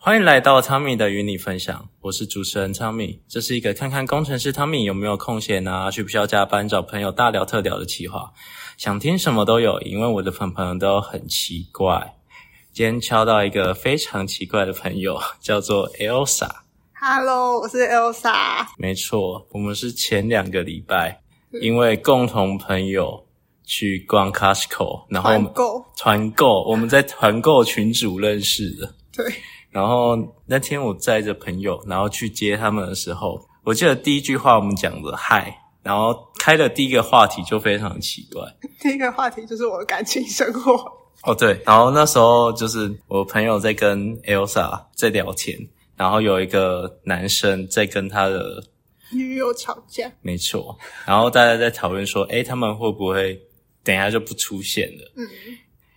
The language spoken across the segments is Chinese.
欢迎来到汤米的与你分享，我是主持人汤米。这是一个看看工程师汤米有没有空闲啊，需不需要加班，找朋友大聊特聊的企划。想听什么都有，因为我的朋朋友都很奇怪。今天敲到一个非常奇怪的朋友，叫做 Elsa。 Hello，我是 Elsa。没错，我们是前两个礼拜因为共同朋友去逛 Costco，然后我团们购，团购，我们在团购群组认识的。对， 然后那天我载着朋友，然后去接他们的时候，我记得第一句话我们讲的嗨，然后开的第一个话题就非常奇怪。第一个话题就是我的感情生活。 哦，对，然后那时候就是我朋友在跟 Elsa 在聊天，然后有一个男生在跟他的女友吵架，没错，然后大家在讨论说，诶，他们会不会等一下就不出现了？嗯，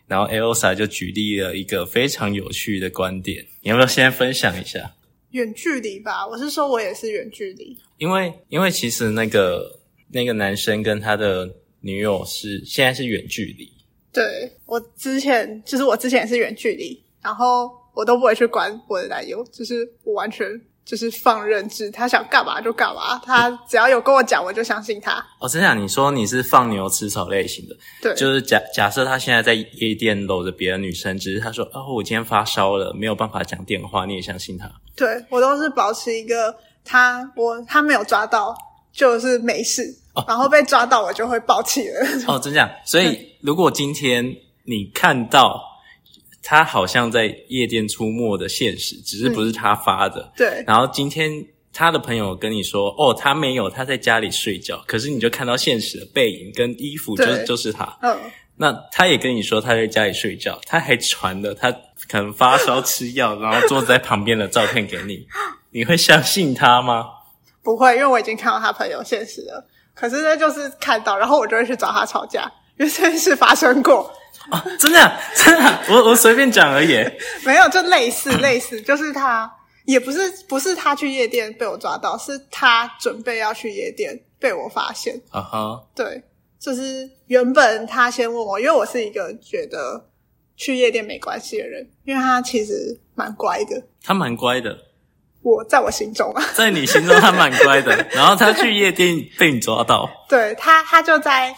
然后 Elsa 就举例了一个非常有趣的观点，你要不要先分享一下？远距离吧？我是说我也是远距离。因为因为其实那个那个男生跟他的女友是现在是远距离，对我之前就是我之前也是远距离，然后我都不会去管我的男友，就是我完全就是放任制，他想干嘛就干嘛，他只要有跟我讲，我就相信他。哦，真想你说你是放牛吃草类型的，对，就是假假设他现在在夜店搂着别的女生，只是他说哦我今天发烧了，没有办法讲电话，你也相信他？对我都是保持一个他我他没有抓到就是没事，然后被抓到我就会爆气了。哦，真假？所以如果今天你看到他好像在夜店出没的现实，只是不是他发的， 对，然后今天他的朋友跟你说，哦，他没有，他在家里睡觉。可是你就看到现实的背影跟衣服就，对就是他。嗯。那他也跟你说他在家里睡觉，他还传了他可能发烧吃药，然后坐在旁边的照片给你，你会相信他吗？不会，因为我已经看到他朋友现实了。可是那就是看到，然后我就会去找他吵架，因为这件事发生过，啊，真的啊、真的啊、我我随便讲而已。 没有就类似类似，就是他也不是不是他去夜店被我抓到，是他准备要去夜店被我发现。啊哈，对，就是原本他先问我，因为我是一个觉得去夜店没关系的人，因为他其实蛮乖的，他蛮乖的，我在我心中啊。在你心中他蛮乖的。然后他去夜店被你抓到，对他，他就在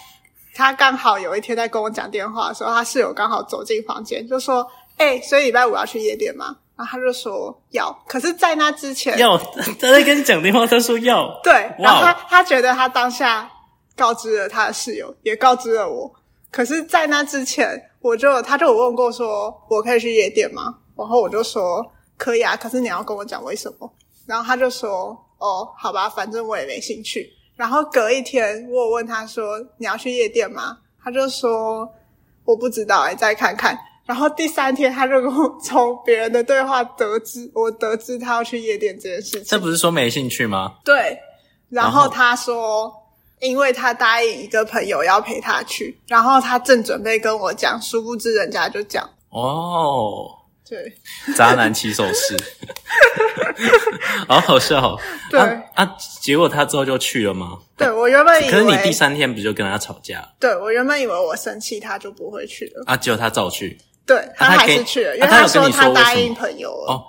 他刚好有一天在跟我讲电话的时候，他室友刚好走进房间，就说：“哎、所以礼拜五要去夜店吗？”然后他就说要，可是，在那之前，要他在跟你讲电话，他说要。对，然后哇他哦他觉得他当下告知了他的室友，也告知了我，可是，在那之前，我就他就有问过说：“我可以去夜店吗？”然后我就说：“可以啊，可是你要跟我讲为什么。”然后他就说：“哦，好吧，反正我也没兴趣。”然后隔一天，我有问他说：“你要去夜店吗？”他就说：“我不知道、哎，再看看。”然后第三天，他就跟我从别人的对话得知，我得知他要去夜店这件事情。他不是说没兴趣吗？对，然然后后他说，因为他答应一个朋友要陪他去，然后他正准备跟我讲，殊不知人家就讲，哦，对渣男起手 式，好好笑、哦。对啊啊，结果他之后就去了吗？对，我原本以可是你为第，三天不就跟他吵架对我原本以为我生气他就不会去了，啊？结果他照去对他他还给是去了，因啊为他有跟说你他说为答什么应朋友了，哦。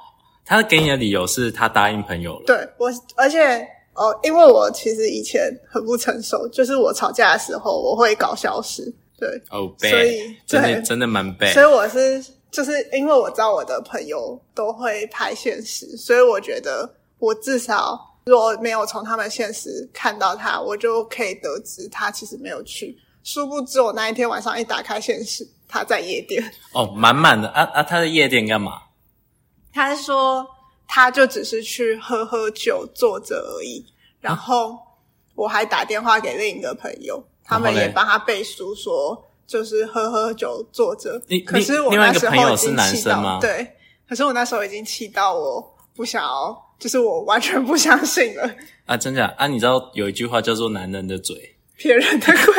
他给你的理由是他答应朋友了。对我，而且。哦，因为我其实以前很不成熟，就是我吵架的时候我会搞消失，对，哦，所 bad，以真的对真的蛮所 bad。以我是就是因为我知道我的朋友都会拍现实，所以我觉得我至少如果没有从他们现实看到他，我就可以得知他其实没有去。殊不知我那一天晚上一打开现实，他在夜店。哦，满满的啊啊！他在夜店干嘛？他说他就只是去喝喝酒坐着而已。啊然后我还打电话给另一个朋友，他们然后嘞也帮他背书说，就是喝喝酒坐着你。可是我另外一那个时朋友候已是经男气生吗到，对，可是我那时候已经气到我不想要，就是我完全不相信了啊，真假啊？你知道有一句话叫做“男人的嘴别人的 鬼。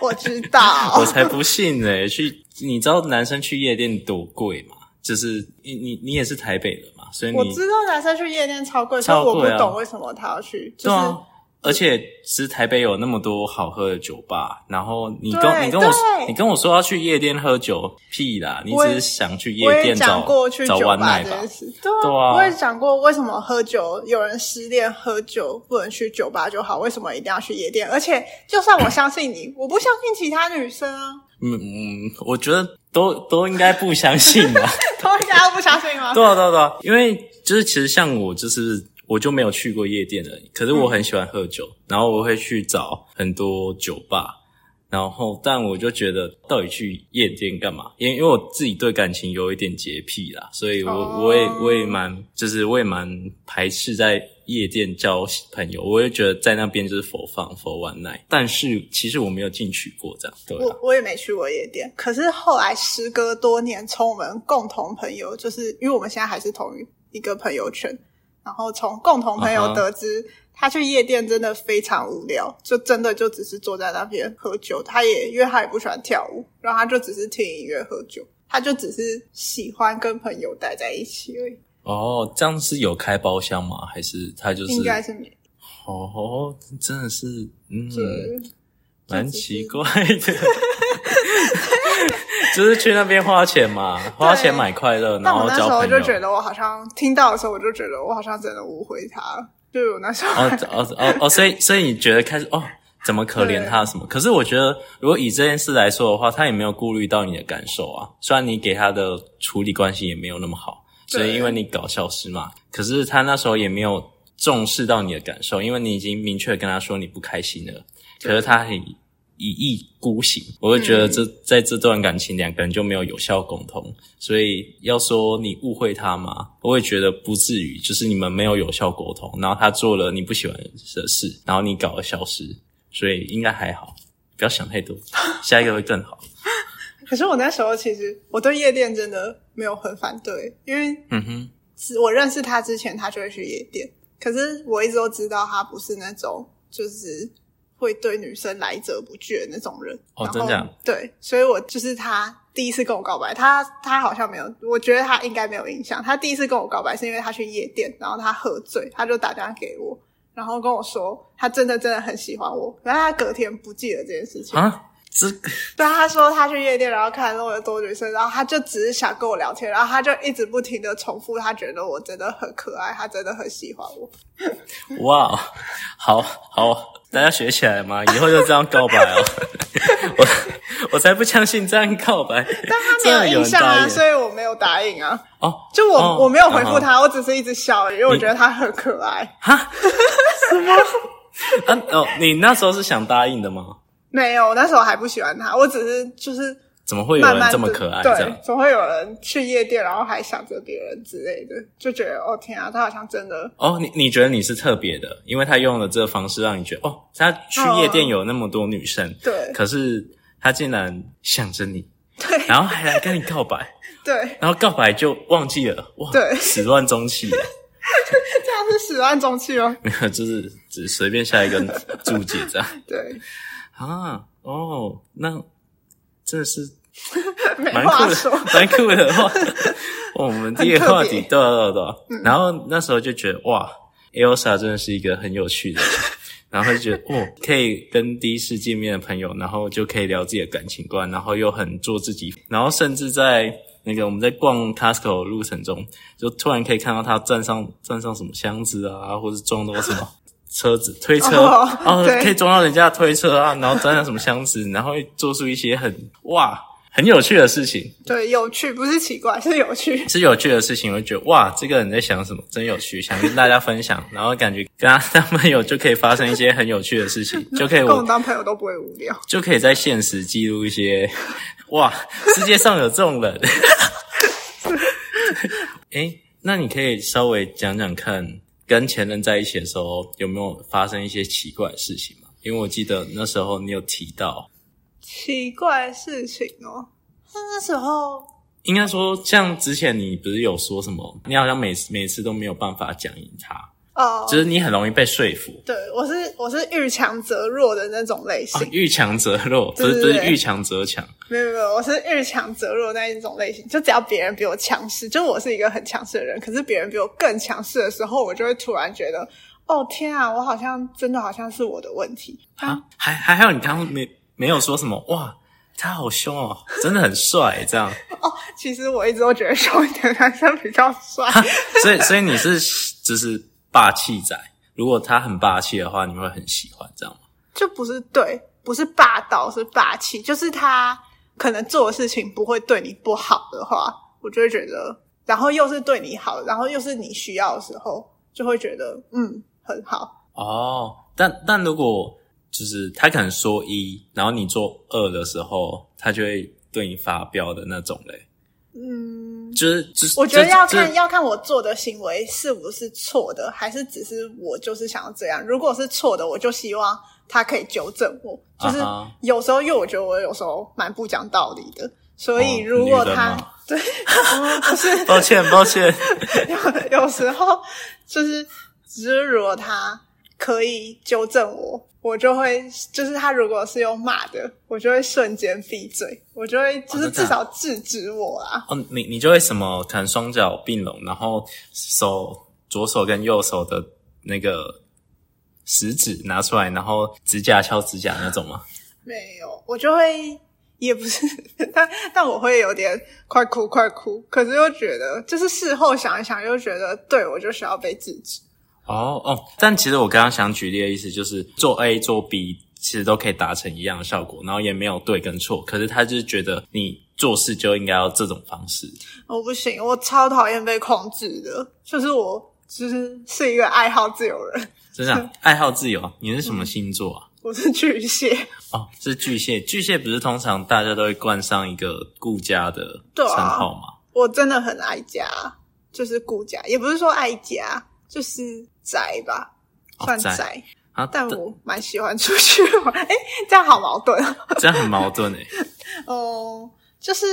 我知”，我道，才不信嘞、去，你知道男生去夜店多贵吗？就是你你你也是台北人嘛，所以你我知道男生去夜店超贵，所以超我不贵啊懂为什么他要去，就对是啊，而且其实台北有那么多好喝的酒吧，然后你对跟你跟我对你跟我说要去夜店喝酒，屁啦！你我也只是想去我夜也店找讲过去找酒玩吧奶这吧件，事，对啊，对啊我也讲过为什么喝酒有人失恋喝酒不能去酒吧就好，为什么一定要去夜店？而且就算我相信你，我不相信其他女生啊， 嗯嗯，我觉得都都应该不相信啦。同一家都不相信 吗？对啊，对啊，对啊，因为就是其实像我，就是我就没有去过夜店了，可是我很喜欢喝酒，然后我会去找很多酒吧，然后但我就觉得到底去夜店干嘛？因为因为我自己对感情有一点洁癖啦，所以我、哦我也我也蛮就是我也蛮排斥在。夜店交朋友，我也觉得在那边就是佛放佛玩奶，但是其实我没有进去过这样，对啊我，我也没去过夜店，可是后来时隔多年，从我们共同朋友，就是因为我们现在还是同一个朋友圈，然后从共同朋啊友哈得知他去夜店真的非常无聊，就真的就只是坐在那边喝酒。他也因为他也不喜欢跳舞，然后他就只是听音乐喝酒，他就只是喜欢跟朋友待在一起而已，哦，这样是有开包厢吗？还是他就是应该是没。哦，真的是，嗯，对蛮奇怪的， 就是去那边花钱嘛，花钱买快乐，嗯然但我后那时交候朋就友。觉得，我好像听到的时候，我就觉得我好像真的误会他了。就是我那时候哦哦哦哦，所以所以你觉得开始哦，怎么可怜他什么？可是我觉得，如果以这件事来说的话，他也没有顾虑到你的感受啊。虽然你给他的处理关系也没有那么好，对所以因为你搞消失嘛，可是他那时候也没有重视到你的感受，因为你已经明确跟他说你不开心了，可是他很一意孤行，我就觉得这、在这段感情两个人就没有有效沟通，所以要说你误会他嘛，我也觉得不至于，就是你们没有有效沟通，然后他做了你不喜欢的事，然后你搞了消失，所以应该还好，不要想太多，下一个会更好。可是我那时候其实我对夜店真的没有很反对，因为嗯哼，只我认识他之前，他就会去夜店。可是我一直都知道他不是那种就是会对女生来者不拒的那种人。哦然后真假对，所以我就是他第一次跟我告白，他他好像没有，我觉得他应该没有印象。他第一次跟我告白是因为他去夜店，然后他喝醉，他就打电话给我，然后跟我说他真的真的很喜欢我，然后他隔天不记得这件事情。啊，这个对，他说他去夜店，然后看到我有多女生，然后他就只是想跟我聊天，然后他就一直不停的重复，他觉得我真的很可爱，他真的很喜欢我。哇，好好，大家学起来嘛，以后就这样告白 哦。我我才不相信这样告白，但真他的没有印人象答啊，应所以我没有答应啊。哦。就我、哦我没有回复嗯他，我只是一直笑而已，因为我觉得他很可爱。哈？什么？啊哦，你那时候是想答应的吗？没有，我那时候还不喜欢他，我只是就是怎么会有慢人慢这么地可爱？这对样，总会有人去夜店，然后还想着别人之类的，就觉得哦天啊，他好像真的哦，你你觉得你是特别的，因为他用了这个方式让你觉得哦，他去夜店有那么多女生，嗯对可是他竟然想着你，对然后还来跟你告白，对， 然后告白就忘记了，哇，对始乱终弃了，这样是始乱终弃吗？没有，就是只随便下一个注解这样对，啊，哦，那真的是没蛮话酷的说。，蛮酷的话。哦哇我们这个话题，很特别对啊对啊对啊。然后那时候就觉得哇，Elsa 真的是一个很有趣的人，然后就 觉得哦，可以跟第一次见面的朋友，然后就可以聊自己的感情观，然后又很做自己，然后甚至在。那个我们在逛 Costco 的路程中，就突然可以看到他站上站上什么箱子啊，或者撞到什 么车子推车哦哦，对可以装到人家的推车啊，然后沾上什么箱子，然后做出一些很哇很有趣的事情，对，有趣不是奇怪，是有趣。是有趣的事情，我就觉得哇，这个人在想什么，真有趣，想跟大家分享，然后感觉跟他当朋友就可以发生一些很有趣的事情，就可以跟我我们当朋友都不会无聊。就可以在现实记录一些， 哇，世界上有这种人。 哎、那你可以稍微讲讲看，跟前任在一起的时候有没有发生一些奇怪的事情吗？因为我记得那时候你有提到，奇怪的事情哦，他那时候应该说像之前你不是有说什么，你好像每每次都没有办法讲赢他，哦，就是你很容易被说服。对我是我是遇强则弱的那种类型啊，，遇强则弱，不对是不对是对遇强则强，没有没有，我是遇强则弱那一种类型，就只要别人比我强势，就我是一个很强势的人，可是别人比我更强势的时候，我就会突然觉得。哦天啊，我好像真的好像是我的问题。啊，还还还有你刚刚没没有说什么哇？他好凶哦，真的很帅， 这样。其实我一直都觉得瘦一点的男生比较帅。啊所以所以你是就是霸气仔，如果他很霸气的话，你会很喜欢这样吗？就不是对，不是霸道，是霸气。就是他可能做的事情不会对你不好的话，我就会觉得，然后又是对你好，然后又是你需要的时候，就会觉得嗯很好。哦，但但如果就是他可能说一，然后你做二的时候，他就会对你发飙的那种嘞，嗯，就是就是我觉得要看就是要看我做的行为是不是错的，还是只是我就是想要这样。如果是错的，我就希望他可以纠正我。就是啊哈有时候，因为我觉得我有时候蛮不讲道理的，所以哦如果女人他、吗对， 嗯不是抱歉抱歉， 有有时候就是，只是如果他可以纠正我，我就会就是他如果是用骂的，我就会瞬间闭嘴，我就会就是真的啊至少制止我啊啦。哦，你你就会什么可能双脚并拢，然后手左手跟右手的那个食指拿出来，然后指甲敲指甲那种吗？没有，我就会也不是，但但我会有点快哭快哭，可是又觉得就是事后想一想，又觉得对我就是要被制止。哦哦，但其实我刚刚想举例的意思就是，做 A 做 B 其实都可以达成一样的效果，然后也没有对跟错，可是他就是觉得你做事就应该要这种方式。我哦不行，我超讨厌被控制的，就是我就是是一个爱好自由人，真 的啊、爱好自由，你是什么星座啊？我是巨蟹。哦，是巨蟹。巨蟹不是通常大家都会冠上一个顾家的对啊称号吗？我真的很爱家，就是顾家，也不是说爱家，就是宅吧，哦算宅宅。啊，但这我蛮喜欢出去玩， 哎、这样好矛盾啊。这样很矛盾欸诶。哦、就是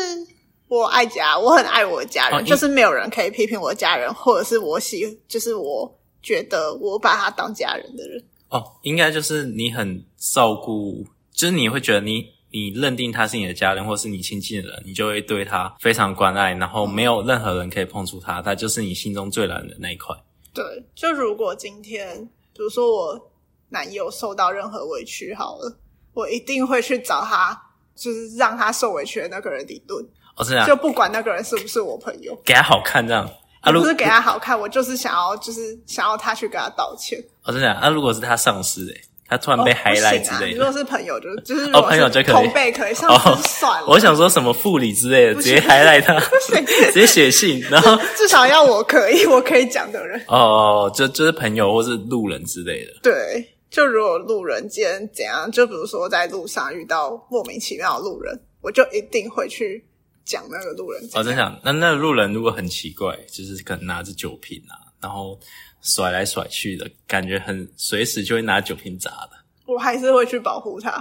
我爱家，我很爱我的家人，哦因就是没有人可以批评我的家人，或者是我喜，就是我觉得我把他当家人的人。 哦，应该就是你很照顾，就是你会觉得你你认定他是你的家人或是你亲近的人，你就会对他非常关爱，然后没有任何人可以碰触他，他就是你心中最软的那一块。对，就如果今天，比如说我男友受到任何委屈，好了，我一定会去找他。就是让他受委屈的那个人理论，哦，是这样就，不管那个人是不是我朋友，给他好看这样。啊，也如不果是给他好看，我就是想要，就是想要他去跟他道歉。哦，是这样，啊，如果是他上司诶、他突然被哦不行 highlight 啊之类如的，哦果是朋友，就就是如果是朋友就可以同辈可以，上哦司算了。我想说什么副理之类的，不直行接 highlight 他， 行直接写信，然后至少要我可以， 我可以讲的人。哦，就就是朋友或是路人之类的。对，就如果路人间怎样，就比如说在路上遇到莫名其妙的路人，我就一定会去讲那个路人哦，怎样。真想，那那路人如果很奇怪，就是可能拿着酒瓶啊，然后甩来甩去的感觉很，随时就会拿酒瓶砸的。我还是会去保护他。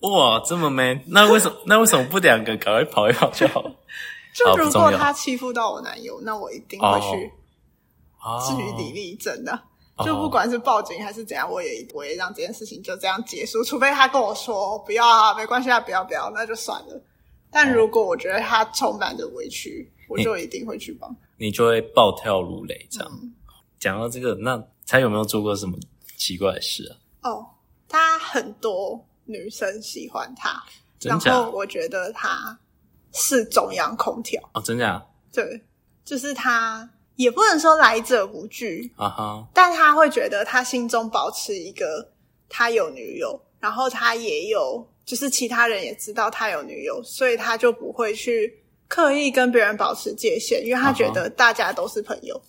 哇，这么 man，那为什么 那为什么不两个赶快跑一跑就好？就哦好不如重果要他欺负到我男友，那我一定会去 哦，据理力争的。哦就不管是报警还是怎样，我也我也让这件事情就这样结束，除非他跟我说不要啊，没关系啊，不要不要，那就算了。但哦如果我觉得他充满着委屈，我就一定会去帮。你就会暴跳如雷这样。嗯讲到这个，那他有没有做过什么奇怪的事啊？哦，他很多女生喜欢他，真然假？后我觉得他是中央空调，哦，真假？对，就是他也不能说来者不拒，啊哈，但他会觉得他心中保持一个他有女友，然后他也有，就是其他人也知道他有女友，所以他就不会去刻意跟别人保持界限，因为他觉得大家都是朋友。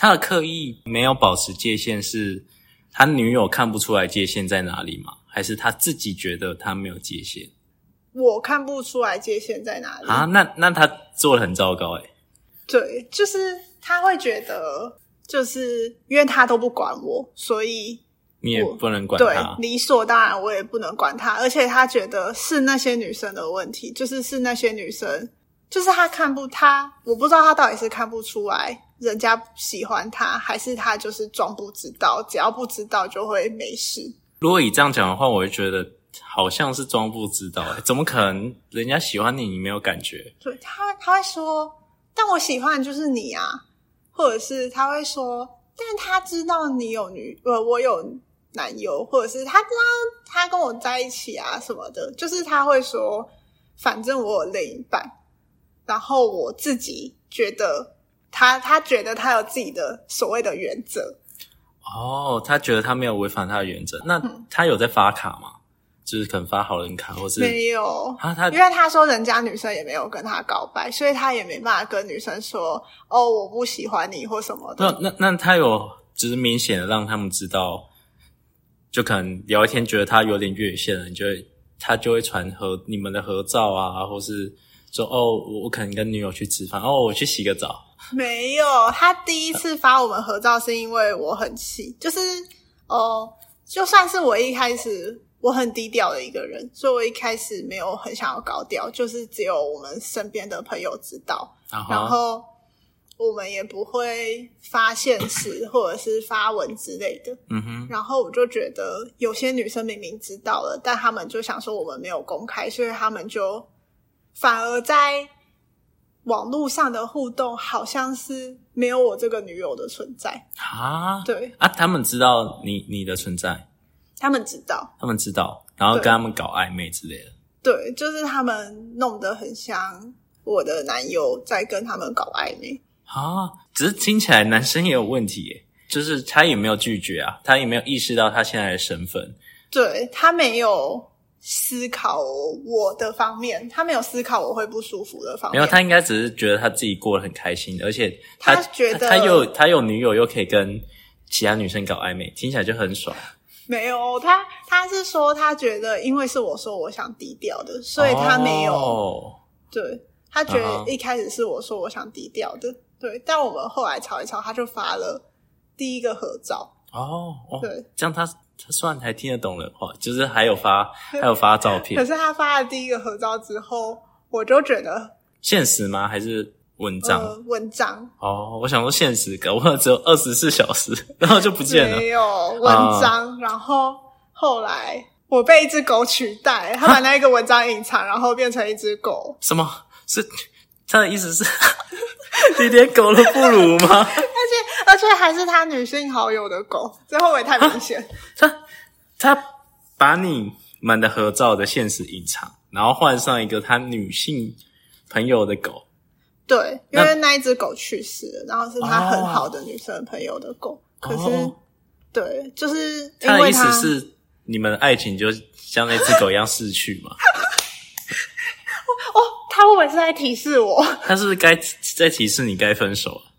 他的刻意没有保持界限是。他女友看不出来界限在哪里吗？还是他自己觉得他没有界限？我看不出来界限在哪里啊，那那他做的很糟糕哎、对，就是他会觉得，就是因为他都不管我，所以你也我不能管对他，理所当然我也不能管他，而且他觉得是那些女生的问题，就是是那些女生，就是他看不他，我不知道他到底是看不出来人家喜欢他，还是他就是装不知道，只要不知道就会没事。如果以这样讲的话，我会觉得好像是装不知道、 欸，怎么可能人家喜欢你，你没有感觉？对，他他会说，但我喜欢的就是你啊，或者是他会说，但他知道你有女，呃，我有男友，或者是他知道他跟我在一起啊什么的，就是他会说，反正我有另一半，然后我自己觉得他，他觉得他有自己的所谓的原则，哦，他觉得他没有违反他的原则，那嗯他有在发卡吗？就是可能发好人卡，或是没有，啊，他因为他说人家女生也没有跟他告白，所以他也没办法跟女生说哦我不喜欢你或什么那的。那那他有就是明显的让他们知道，就可能有一天觉得他有点越线了，你就会他就会传合你们的合照啊，或是说哦，我我可能跟女友去吃饭，哦，我去洗个澡， 没有，他第一次发我们合照是因为我很气，就是哦，就算是我一开始我很低调的一个人，所以我一开始没有很想要高调，就是只有我们身边的朋友知道。然后然后我们也不会发现实或者是发文之类的。嗯哼，然后我就觉得有些女生明明知道了，但她们就想说我们没有公开，所以她们就反而在网络上的互动好像是没有我这个女友的存在。啊对啊，他们知道你你的存在，她们知道，他们知道，然后对跟他们搞暧昧之类的，对，就是她们弄得很像我的男友在跟他们搞暧昧。啊，只是听起来男生也有问题耶，就是他也没有拒绝啊，他也没有意识到他现在的身份，对他没有思考我的方面，他没有思考我会不舒服的方没面。有，他应该只是觉得他自己过得很开心，而且他他觉得他有他有女友，又可以跟其他女生搞暧昧，听起来就很爽。没有，他他是说他觉得，因为是我说我想低调的，所以他没有。哦、对他觉啊哈得一开始是我说我想低调的，对。但我们后来吵一吵，他就发了第一个合照，哦哦，对。这样他他算还听得懂人话，就是还有发还有发照可片，是他发了第一个合照之后，我就觉得现实吗？还是文章？呃，文章哦，我想说现实，搞不好只有二十四小时， 然后就不见了啊没。有文章，然后后来我被一只狗取代，他把那一个文章隐藏，然后变成一只狗。 什么？是他的意思是， 你连狗都不如吗？ 而且还是他女性好友的狗，这会不会太明显？他他把你们的合照的现实隐藏，然后换上一个他女性朋友的狗。对，因那为那一只狗去世了，然后是他很好的女生朋友的狗。可是，哦对，就是因他的为意他思是，你们的爱情就像那只狗一样逝去 嘛？哦，他会不会是在提示我？ 他是不是该在提示你该分手啊了？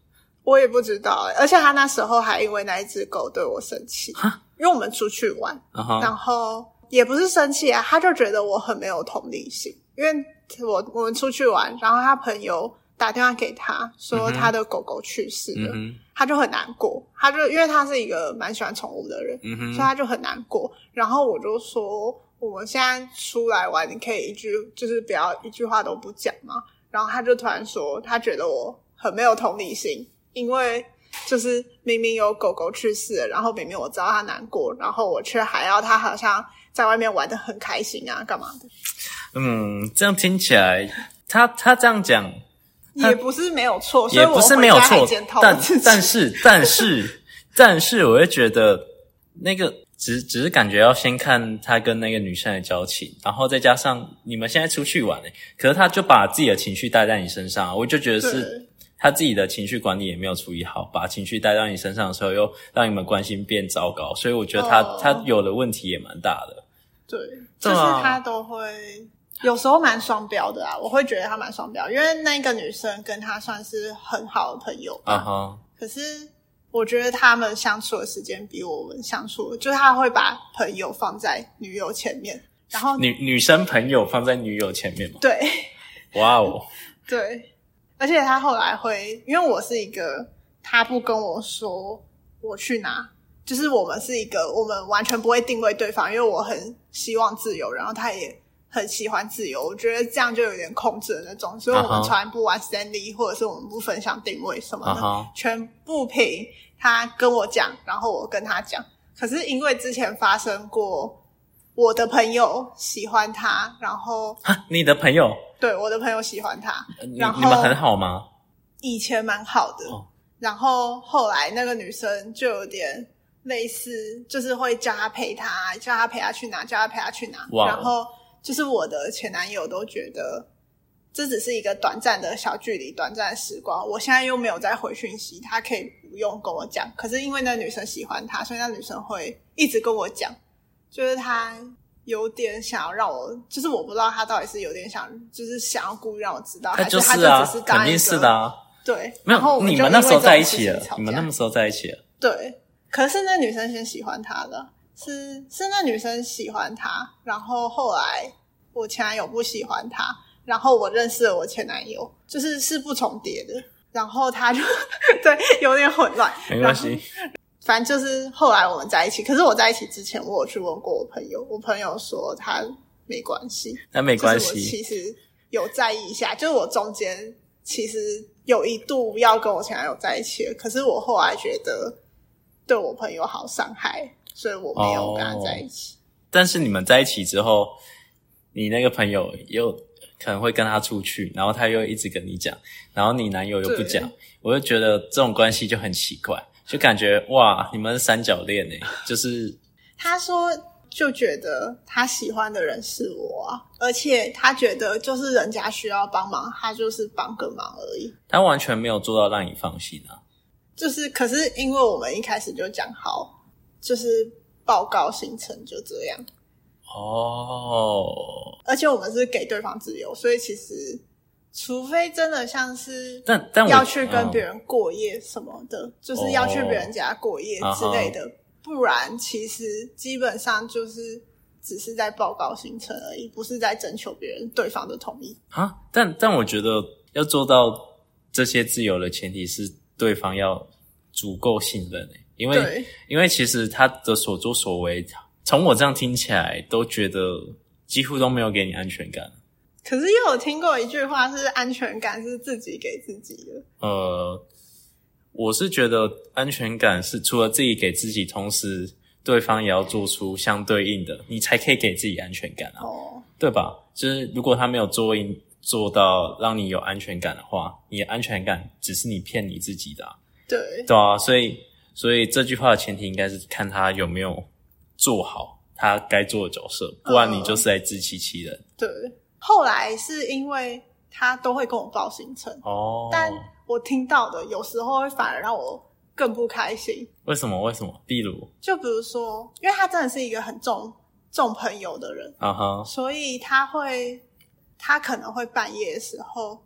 我也不知道、欸而且他那时候还因为那一只狗对我生气，因为我们出去玩，然后然后也不是生气啊，他就觉得我很没有同理心，因为我我们出去玩，然后他朋友打电话给他说他的狗狗去世嗯了，哼他就很难过，他就因为他是一个蛮喜欢宠物的人，嗯所哼，以他就很难过。然后我就说，我们现在出来玩，你可以一句就是不要一句话都不讲嘛。然后他就突然说，他觉得我很没有同理心，因为就是明明有狗狗去世了，然后明明我知道他难过，然后我却还要他好像在外面玩的很开心啊，干嘛的？嗯，这样听起来，他他这样讲也不是没有错，所以也我不是没有回家还错检讨，但我自己但是但是但是，我会觉得那个只只是感觉要先看他跟那个女生的交情，然后再加上你们现在出去玩、欸，可是他就把自己的情绪带在你身上，我就觉得是对他自己的情绪管理也没有处理好，把情绪带到你身上的时候，又让你们关系变糟糕，所以我觉得他、哦他有的问题也蛮大的。对，就对是啊他都会有时候蛮双标的啊，我会觉得他蛮双标，因为那个女生跟他算是很好的朋友吧啊哈，可是我觉得他们相处的时间比我们相处，就是他会把朋友放在女友前面，然后女女生朋友放在女友前面嘛，对哇哦，对，而且他后来会，因为我是一个他不跟我说我去哪。就是我们是一个，我们完全不会定位对方，因为我很希望自由，然后他也很喜欢自由。我觉得这样就有点控制的那种，所以我啊们哈从来不玩 Stanley，或者是我们不分享定位什么啊的。哈，全部凭他跟我讲，然后我跟他讲。可是因为之前发生过，我的朋友喜欢他，然后哈啊你的朋友。对我的朋友喜欢他，你然后你们很好吗？以前蛮好的，哦然后后来那个女生就有点类似，就是会叫他陪她，叫他陪她去哪，叫他陪她去哪。哇哦然后就是我的前男友都觉得这只是一个短暂的小距离、短暂的时光，我现在又没有再回讯息，他可以不用跟我讲。可是因为那女生喜欢他，所以那女生会一直跟我讲，就是他有点想要让我，就是我不知道他到底是有点想，就是想要故意让我知道，他还是他是就啊只是，当肯定一是个的啊。对，没然后有，我们你就们那因为时候这种在一事起情了吵，你们那架么时候在一起了，对，可是那女生先喜欢他的，是是那女生喜欢他，然后后来我前男友不喜欢他，然后我认识了我前男友，就是是不重叠的，然后他就 对有点混乱，没关系。反正就是后来我们在一起，可是我在一起之前，我有去问过我朋友，我朋友说他没关系，那没没关我系，其实有在意一下，就是我中间其实有一度要跟我前男友在一起了，可是我后来觉得对我朋友好伤害，所以我没有跟他在一起。但是你们在一起之后，你那个朋友又可能会跟他出去，然后他又一直跟你讲，然后你男友又不讲，我就觉得这种关系就很奇怪，就感觉哇，你们是三角恋诶、就是他说就觉得他喜欢的人是我啊，而且他觉得就是人家需要帮忙，他就是帮个忙而已。他完全没有做到让你放心啊。就是，可是因为我们一开始就讲好，就是报告行程就这样，哦，而且我们是给对方自由，所以其实除非真的像是但但我哦要去跟嗯别人过夜什么的，就是要去别人家过夜之类哦的，不然其实基本上就是只是在报告行程而已，不是在征求别人对方的同意。啊，但但我觉得要做到这些自由的前提是对方要足够信任、欸，因为对因为其实他的所作所为，从我这样听起来都觉得几乎都没有给你安全感。可是又有听过一句话是安全感是自己给自己的，呃，我是觉得安全感是除了自己给自己，同时对方也要做出相对应的，你才可以给自己安全感啊，哦，对吧？就是如果他没有做应做到让你有安全感的话，你的安全感只是你骗你自己的啊、对，对啊，所以所以这句话的前提应该是看他有没有做好他该做的角色，不然嗯你就是在自欺欺人。对，后来是因为他都会跟我报行程，哦但我听到的有时候会反而让我更不开心。为什么？为什么？例如，就比如说，因为他真的是一个很重重朋友的人，啊哈，所以他会，他可能会半夜的时候，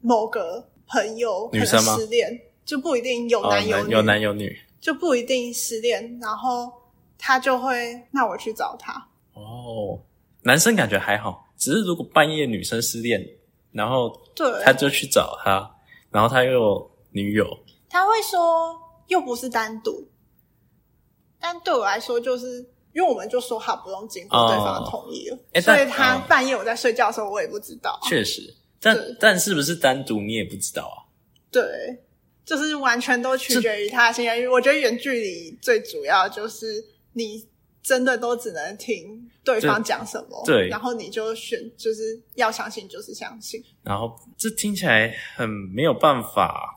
某个朋友可女生能吗失恋，就不一定有哦男有女，有男有女。就不一定失恋，然后他就会，那我去找他。哦，男生感觉还好，只是如果半夜女生失恋，然后对，他就去找他，然后他又有女友，他会说又不是单独，但对我来说，就是因为我们就说好不用经过对方的同意了，诶所以哦但他嗯半夜我在睡觉的时候，我也不知道。确实。但对但是不是单独你也不知道啊？对，就是完全都取决于他的心愿。因为我觉得远距离最主要就是你真的都只能听对方讲什么，对然后你就选就是要相信就是相信。然后这听起来很没有办法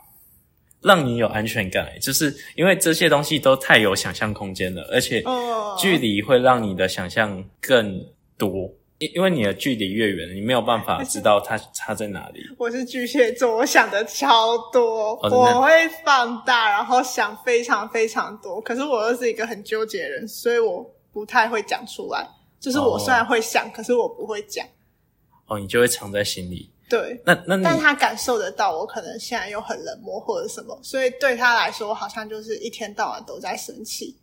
让你有安全感，就是因为这些东西都太有想象空间了，而且哦，距离会让你的想象更多，因因为你的距离越远，你没有办法知道它它在哪里。我是巨蟹座，我想的超多，哦真的我会放大，然后想非常非常多。可是我又是一个很纠结的人，所以我不太会讲出来。就是我哦虽然会想，可是我不会讲。哦，你就会藏在心里。对，那那但你他感受得到我可能现在又很冷漠或者什么，所以对他来说，好像就是一天到晚都在生气，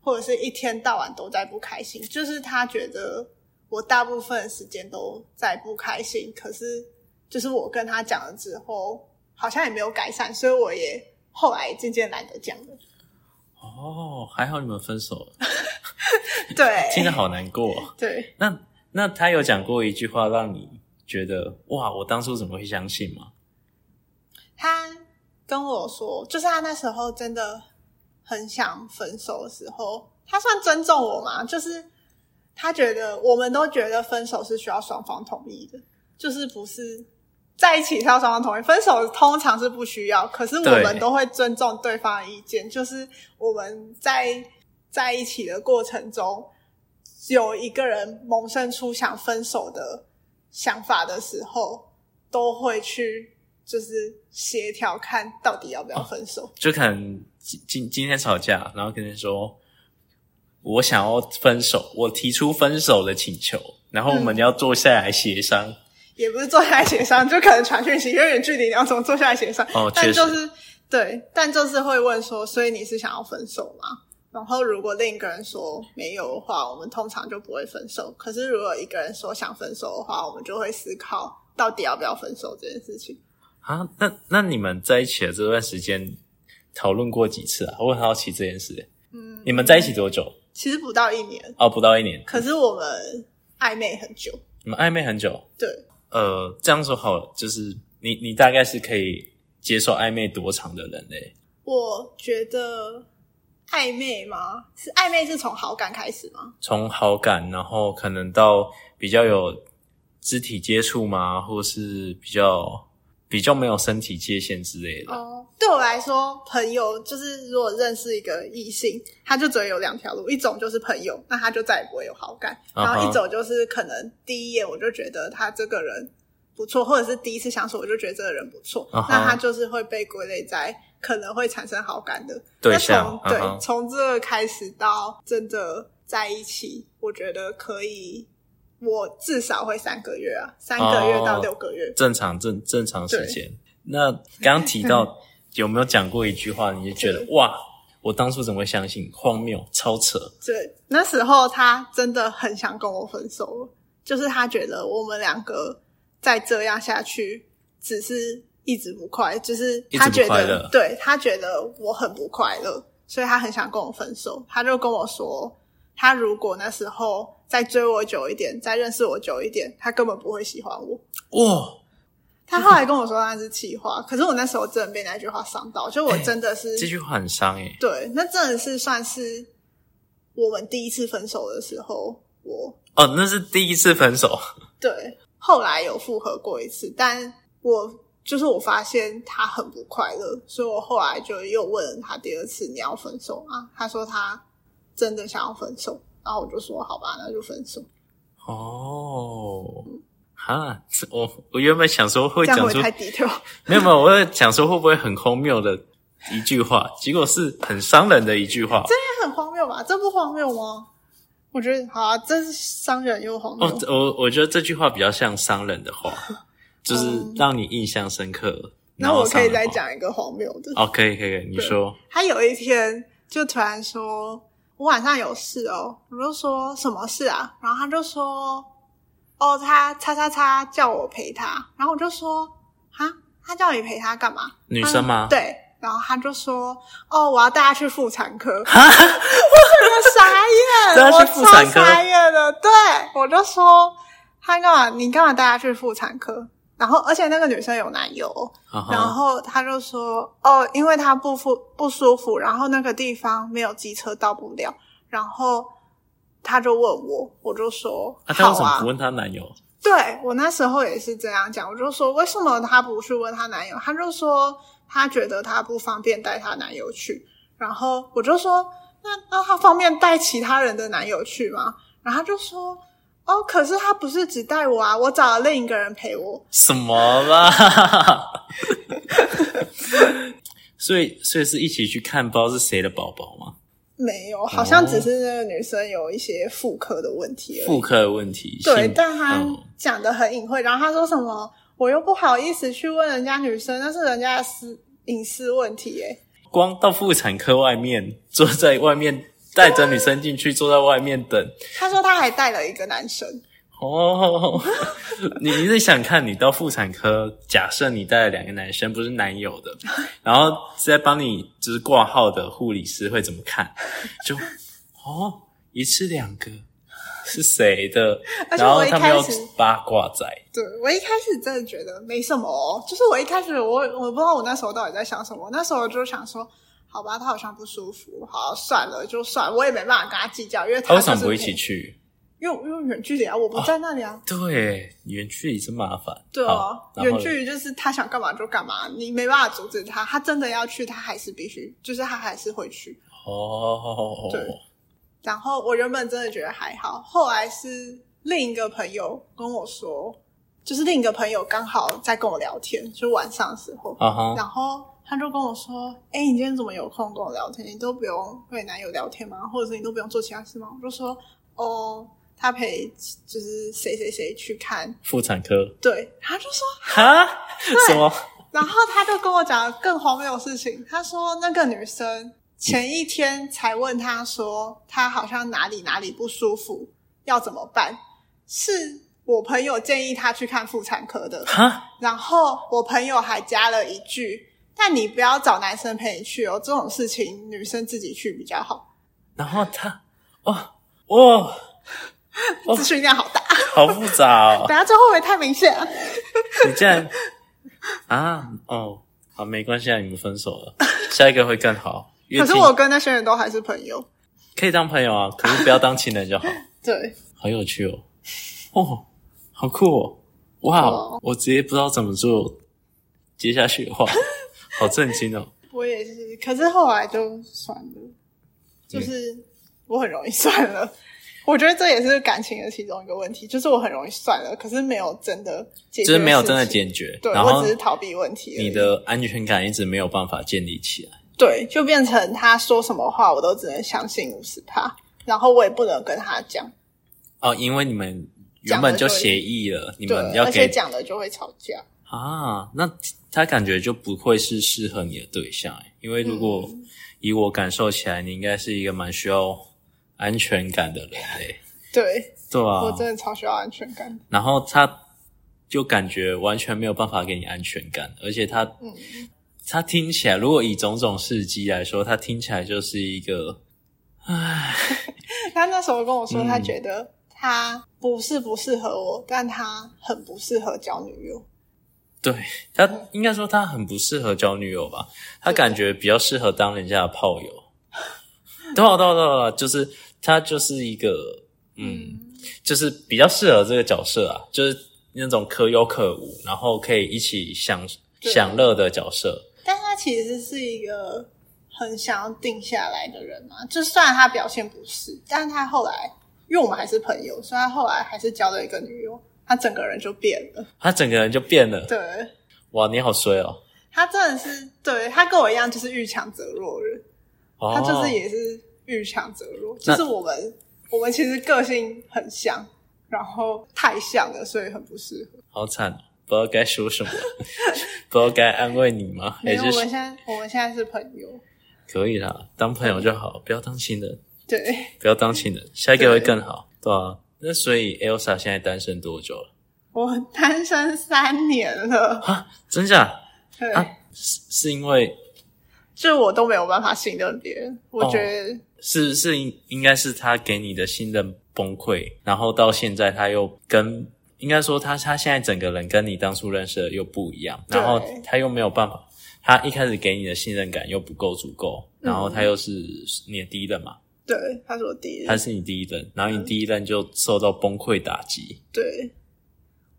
或者是一天到晚都在不开心。就是他觉得我大部分时间都在不开心，可是就是我跟他讲了之后，好像也没有改善，所以我也后来渐渐懒得讲了。哦，还好你们分手 了，听对，着好难过哦、对，那那他有讲过一句话让你觉得哇，我当初怎么会相信吗？他跟我说，就是他那时候真的很想分手的时候，他算尊重我嘛？就是他觉得我们都觉得分手是需要双方同意的，就是不是在一起是要双方同意，分手通常是不需要，可是我对们都会尊重对方的意见，就是我们在在一起的过程中，有一个人萌生出想分手的想法的时候，都会去就是协调，看到底要不要分手。就可能今今今天吵架，然后跟人说，我想要分手，我提出分手的请求，然后我们要坐下来协商。嗯也不是坐下来协商，就可能传讯息，因为远距离你要怎么坐下来协商？哦确但实就是对，但就是会问说，所以你是想要分手吗？然后如果另一个人说没有的话，我们通常就不会分手。可是如果一个人说想分手的话，我们就会思考到底要不要分手这件事情。啊，那那你们在一起的这段时间讨论过几次啊？我很好奇这件事。嗯，你们在一起多久？其实不到一年，哦，不到一年。可是我们暧昧很久。你们暧昧很久。对，呃，这样说好了，就是你你大概是可以接受暧昧多长的人嘞？我觉得暧昧吗？是暧昧是从好感开始吗？从好感，然后可能到比较有肢体接触嘛，或是比较比较没有身体界限之类的。哦，对我来说，朋友就是如果认识一个异性，他就只会有两条路，一种就是朋友，那他就再也不会有好感；啊然哈后一种就是可能第一眼我就觉得他这个人不错，或者是第一次相处我就觉得这个人不错，啊哈那他就是会被归类在可能会产生好感的对象啊那从哈对从这个开始到真的在一起，我觉得可以，我至少会三个月啊，三个月到哦六个月。正常正正常时间。那刚刚提到有没有讲过一句话，你就觉得哇，我当初怎么会相信？荒谬，超扯。对，那时候他真的很想跟我分手了，就是他觉得我们两个再这样下去，只是一直不快，就是他一直觉不快乐得，对他觉得我很不快乐，所以他很想跟我分手。他就跟我说，他如果那时候再追我久一点，再认识我久一点，他根本不会喜欢我。哇，他后来跟我说那是气话，可是我那时候真的被那句话伤到，就我真的是、这句话很伤欸诶、对，那真的是算是我们第一次分手的时候，我哦，那是第一次分手，对后来有复合过一次，但我就是我发现他很不快乐，所以我后来就又问了他第二次你要分手吗？他说他真的想要分手，然后我就说好吧，那就分手。哦，哈，这我我原本想说会这样讲会出太低调， 没有没有，我在想说会不会很荒谬的一句话，结果是很伤人的一句话。这很荒谬吧？这不荒谬吗？我觉得好啊，这是伤人又荒谬。哦，我我觉得这句话比较像伤人的话，就是嗯让你印象深刻。哦那我可以再来。讲一个荒谬的哦，可以可以，可以你对说他有一天就突然说：“我晚上有事哦。”我就说：“什么事啊？”然后他就说：“哦，他叉叉叉叫我陪他。”然后我就说：“啊，他叫你陪他干嘛？”女生吗嗯对。然后他就说：“哦，我要带他去妇产科。”我整个傻 眼，带他我去妇产科超傻眼的。对，我就说他干嘛？你干嘛带他去妇产科？然后，而且那个女生有男友哦，啊然哈，后他就说：“哦，因为他不舒不舒服，然后那个地方没有机车到不了。”然后他就问我，我就说：“那她好为什么啊不。问她男友？”对我那时候也是这样讲，我就说：“为什么她不去问她男友？”她就说：“她觉得她不方便带她男友去。”然后我就说：“那那她方便带其他人的男友去吗？”然后她就说：“哦，可是她不是只带我啊，我找了另一个人陪我。”什么啦？ 所以所以是一起去看，不知道是谁的宝宝吗？没哦有，好像只是那个女生有一些妇科的问题而已。妇科的问题，对，性但她嗯讲的很隐晦，然后她说什么，我又不好意思去问人家女生，那是人家的私隐私问题耶。 光到妇产科外面，坐在外面带着女生进去，坐在外面等。她说她还带了一个 男生，哦，你你是想看你到妇产科，假设你带了两个男生，不是男友 的，然后在帮你就是挂号的护理师会怎么 看？就哦，一次两个是谁的？而且然后我一他们要开始八卦仔，对我一开始真的觉得没什么哦，就是我一开始我我不知道我那时候到底在想什么，我那时候就想说，好吧，她好像不舒服，好算了就算，我也没办法跟她计较，因为他她哦为什就么是不一陪起去？因为因为远距离啊，我不在那里啊，对，远距离真麻烦。对啊好，然后远距离就是他想干嘛就干嘛，你没办法阻止他，他真的要去，他还是必须，就是他还是会去。哦，对然后我原本真的觉得还好，后来是另一个朋友跟我说，就是另一个朋友刚好在跟我聊天，就晚上的时候，啊哈，然后他就跟我说：“哎、你今天怎么有空跟我聊天？你都不用跟你男友聊天吗？或者是你都不用做其他事吗？”我就说：“哦，他陪就是谁谁谁去看。妇产科”对，他就说，哈？什么？然后他就跟我讲更荒谬的事情，他说那个女生前一天才问他说她好像哪里哪里不舒服，要怎么办？是我朋友建议她去看妇产科的。哈？然后我朋友还加了一句：“但你不要找男生陪你去哦，这种事情女生自己去比较好。然后他，哇哇，”哦资讯量好大，好复杂 哦！等下这会不会太明显啊？你竟然啊哦，好，没关系啊，你们分手了，下一个会更好。越可是听我跟那些人都还是朋友。可以当朋友啊，可是不要当情人 就好。对，好有趣哦，哦，好酷哦，哇、哦我直接不知道怎么做接下去的 话，好震惊哦。我也是，可是后来就算了，就是我很容易算了。 我觉得这也是感情的其中一个问题，就是我很容易算了，可是没有真的解决，就是没有真的，解决，对然我后只是逃避问题而已。你的安全感一直没有办法建立起来。对，就变成他说什么话我都只能相信五十趴，然后我也不能跟他讲，哦，因为你们原本就协议了，你对，们要而且给讲了就会吵架。啊，那他感觉就不会是适合你的对象欸，因为如果嗯以我感受起来，你应该是一个蛮需要安全感的人类，对、对啊，我真的超需要安全感。然后他就感觉完全没有办法给你安全感，而且他，嗯他听起来，如果以种种事迹来说，他听起来就是一个，他那时候跟我说，嗯他觉得他不是不适合我，但他很不适合交女友。对他应该说他很不适合交女友吧，他感觉比较适合当人家的炮友。对啊对啊对啊对啊，就是他就是一个，嗯，就是比较适合这个角色啊，就是那种可有可无，然后可以一起享对享乐的角色。但他其实是一个很想要定下来的人嘛，就虽然他表现不是，但是他后来，因为我们还是朋友，所以他后来还是交了一个女友，他整个人就变了。他整个人就变了，对。哇，你好衰哦！他真的是对他跟我一样，就是遇强则弱的人，哦，他就是也是遇强则弱，那就是我们我们其实个性很像，然后太像了，所以很不适合。好惨哦，不知道该说什么，不知道该安慰你吗？ 没还有，我哎是们现在我们现在是朋友，可以啦，当朋友就好，不要当情人，对，不要当情人，下一个会对更好，对啊？那所以 Elsa 现在单身多久了？我单身三年了，啊，真假？对，啊，是是因为就我都没有办法信任别人，我哦觉得、是是应应该是他给你的信任崩溃，然后到现在他又跟。应该说他他现在整个人跟你当初认识的又不一样，对然后他又没有办法，他一开始给你的信任感又不够足够，然后他又是你的第一任嘛，对，他是我第一他是你第一任，然后你第一任就受到崩溃打击，对，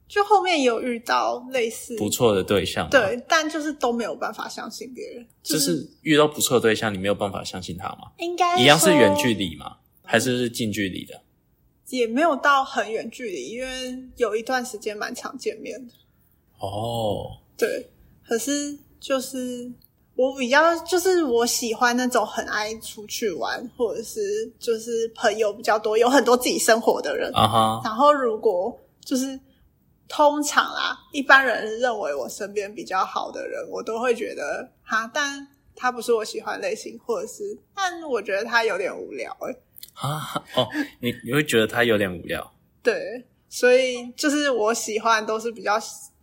就后面有遇到类似不错的嗯对象嘛，对，但就是都没有办法相信别人，就是是遇到不错的对象，你没有办法相信他嘛，应该一样是说远距离嘛，还是是近距离的？也没有到很远距离，因为有一段时间蛮常见面的。哦，对，可是就是我比较就是我喜欢那种很爱出去玩，或者是就是朋友比较多，有很多自己生活的人。啊哈，然后如果就是通常啦，一般人认为我身边比较好的人，我都会觉得哈，但他不是我喜欢类型，或者是但我觉得他有点无聊、欸，啊哦，你你会觉得他有点无聊，对，所以就是我喜欢都是比较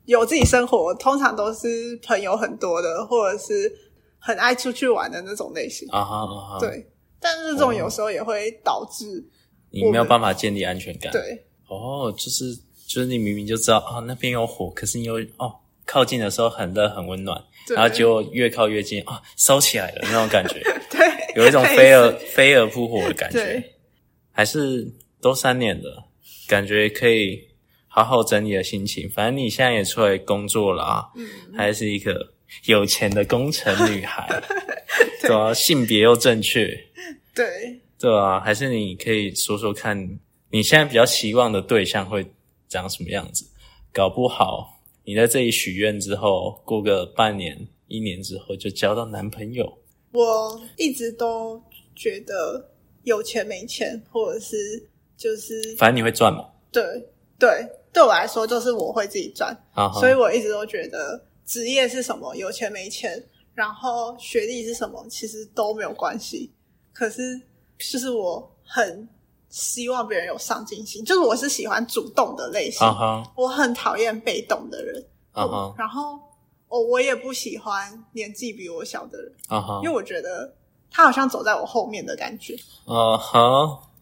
有自己生活，通常都是朋友很多的，或者是很爱出去玩的那种类型。啊哦哈啊哈，，对，但是这种有时候也会导致、你没有办法建立安全感，，对哦，就是就是你明明就知道啊、哦、那边有火，可是你又哦靠近的时候很热很温暖，对然后结果越靠越近啊、烧起来了那种感觉。 对有一种类似飞蛾飞蛾扑火的感觉对。还是都三年了，感觉可以好好整理的心情。反正你现在也出来工作了啊，嗯还是一个有钱的工程女孩， 对啊，性别又正确，对，对啊，还是你可以说说看，你现在比较期望的对象会长什么样子？搞不好你在这里许愿之后，过个半年、一年之后就交到男朋友。我一直都觉得有钱没钱，或者是就是反正你会赚嘛。对对，对我来说就是我会自己赚，啊哈，所以我一直都觉得职业是什么，有钱没钱，然后学历是什么，其实都没有关系。可是就是我很希望别人有上进心，就是我是喜欢主动的类型，啊哈，我很讨厌被动的人。啊哈，然后我我也不喜欢年纪比我小的人，啊哈因为，我觉得他好像走在我后面的感觉。啊哈，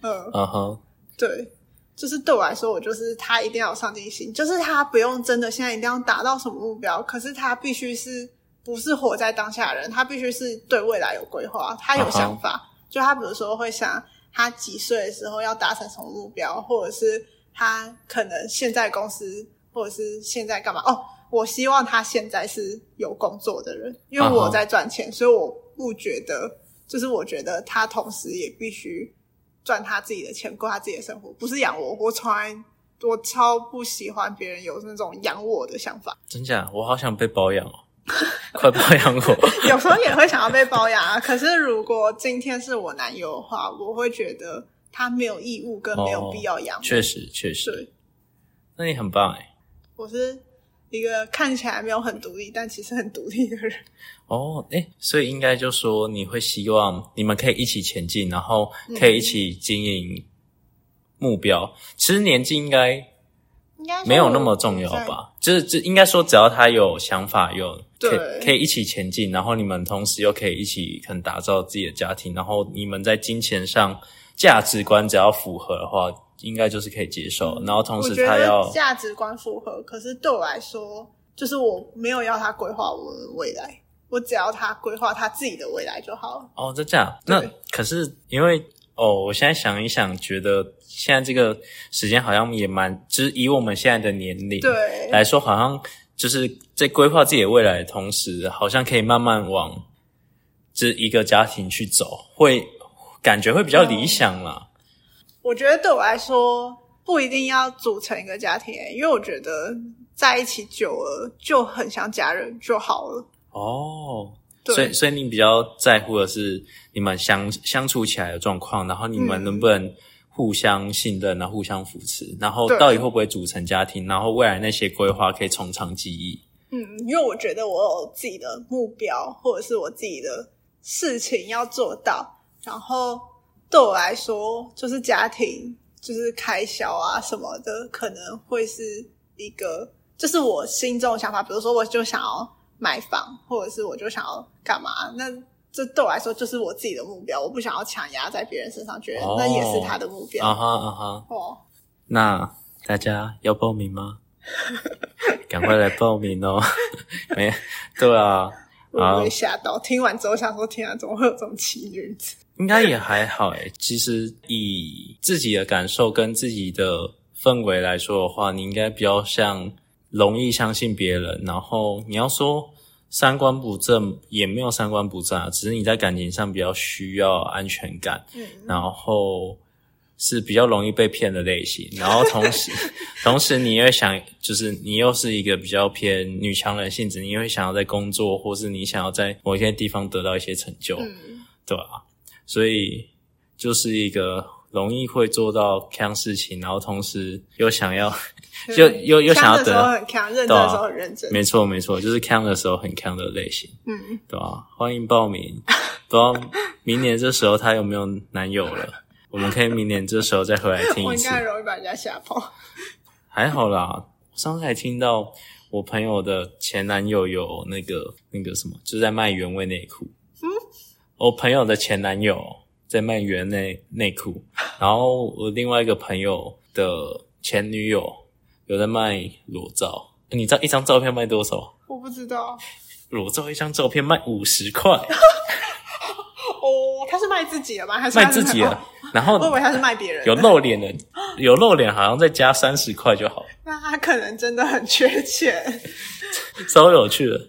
嗯，啊哈，对，就是对我来说，我就是他一定要有上进心，就是他不用真的现在一定要达到什么目标，可是他必须是不是活在当下的人，他必须是对未来有规划，他有想法。就他比如说会想他几岁的时候要达成什么目标，或者是他可能现在公司或者是现在干嘛哦。我希望他现在是有工作的人，因为啊哈我在赚钱所以我不觉得，就是我觉得他同时也必须赚他自己的钱，过他自己的生活，不是养我。我从来我超不喜欢别人有那种养我的想 法，真假？我好想被包养哦，快包养我！有时候也会想要被包养啊。可是如果今天是我男友的话，我会觉得他没有义务跟没有必要养我。哦确实，确实，对，那你很棒哎。我是一个看起来没有很独立，但其实很独立的人。哦，哎，所以应该就说你会希望你们可以一起前进，然后可以一起经营目标。其实年纪应该应该说没有那么重要吧，就是这应该说只要他有想法，有可对以可以一起前进，然后你们同时又可以一起可能打造自己的家庭，然后你们在金钱上价值观只要符合的话，应该就是可以接受。然后同嗯我时觉他得要价值观符合，可是对我来说，就是我没有要他规划我的未来，我只要他规划他自己的未来就好了。哦，就这样。那对可是因为哦，我现在想一想，觉得现在这个时间好像也蛮，就是以我们现在的年龄对，来说，好像就是在规划自己的未来的同时，好像可以慢慢往这一个家庭去走，会感觉会比较理想啦。我觉得对我来说不一定要组成一个家庭、因为我觉得在一起久了就很像家人就好了。哦。对所以，所以你比较在乎的是你们相相处起来的状况，然后你们嗯能不能互相信任，啊然后互相扶持，然后对到底会不会组成家庭，然后未来那些规划可以从长计议。嗯，因为我觉得我有自己的目标，或者是我自己的事情要做到。然后对我来说，就是家庭，就是开销啊什么的，可能会是一个，就是我心中的想法。比如说，我就想要买房，或者是我就想要干嘛，那这对我来说就是我自己的目标。我不想要强压在别人身上，觉得、哦那也是他的目标。啊哈啊哈，哦，那大家要报名吗？ 赶快来报名哦！ 没，对啊，我好被吓到。听完之后想说，天啊，怎么会有这种奇女子？应该也还好诶。其实以自己的感受跟自己的氛围来说的话，你应该比较像容易相信别人，然后你要说三观不正也没有三观不正啊，只是你在感情上比较需要安全感，嗯，然后是比较容易被骗的类型，然后同 时同时你又想，就是你又是一个比较偏女强人性质，你会想要在工作或是你想要在某一些地方得到一些成就，嗯。对吧、啊所以就是一个容易会做到这样事情，然后同时又想 要又又又想要的时候得，啊很强，认真的时候很认真。没错没错，就是康的时候很康的类型，嗯，对吧、欢迎报名，不知道明年这时候她有没有男友了，我们可以明年这时候再回来听 我一应次。该容易把人家吓跑。还好啦，我上次还听到我朋友的前男友有那个那个什么，就是在卖原味内裤。嗯我朋友的前男友在卖原内内裤，然后我另外一个朋友的前女友有在卖裸照。你知道一张照片卖多少？我不知道， 裸照一张照片卖五十块，哦，他是卖自己的吗？还是卖他是自己哦的，然后我以为他是卖别人的，有露脸的，有露脸好像再加三十块就好，那他可能真的很缺钱。超有趣的。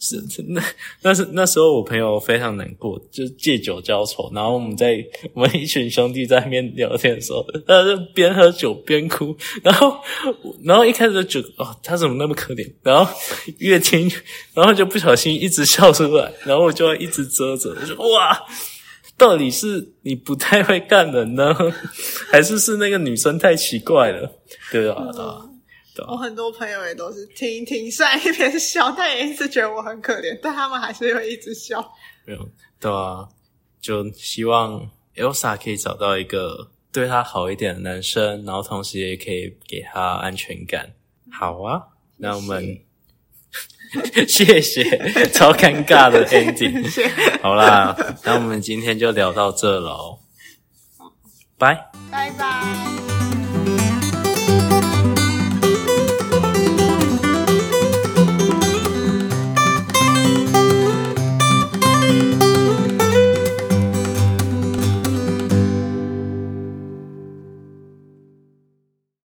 是是那那是那时候我朋友非常难过，就借酒浇愁。然后我们在我们一群兄弟在那边聊天的时候，他就边喝酒边哭。然后然后一开始就觉得哦，他怎么那么可怜？然后越听，然后就不小心一直笑出来，然后我就要一直遮着，我就哇。到底是你不太会干人呢， 还是是那个女生太奇怪了？对啊，对啊对啊我很多朋友也都是听一听，虽然一边笑，但也一直觉得我很可怜，但他们还是会一直笑。没有，对啊，就希望 Elsa 可以找到一个对她好一点的男生，然后同时也可以给她安全感。好啊，那我们 谢谢，超尴尬的 ending。谢谢，好啦， 那我们今天就聊到这喽，拜。拜拜。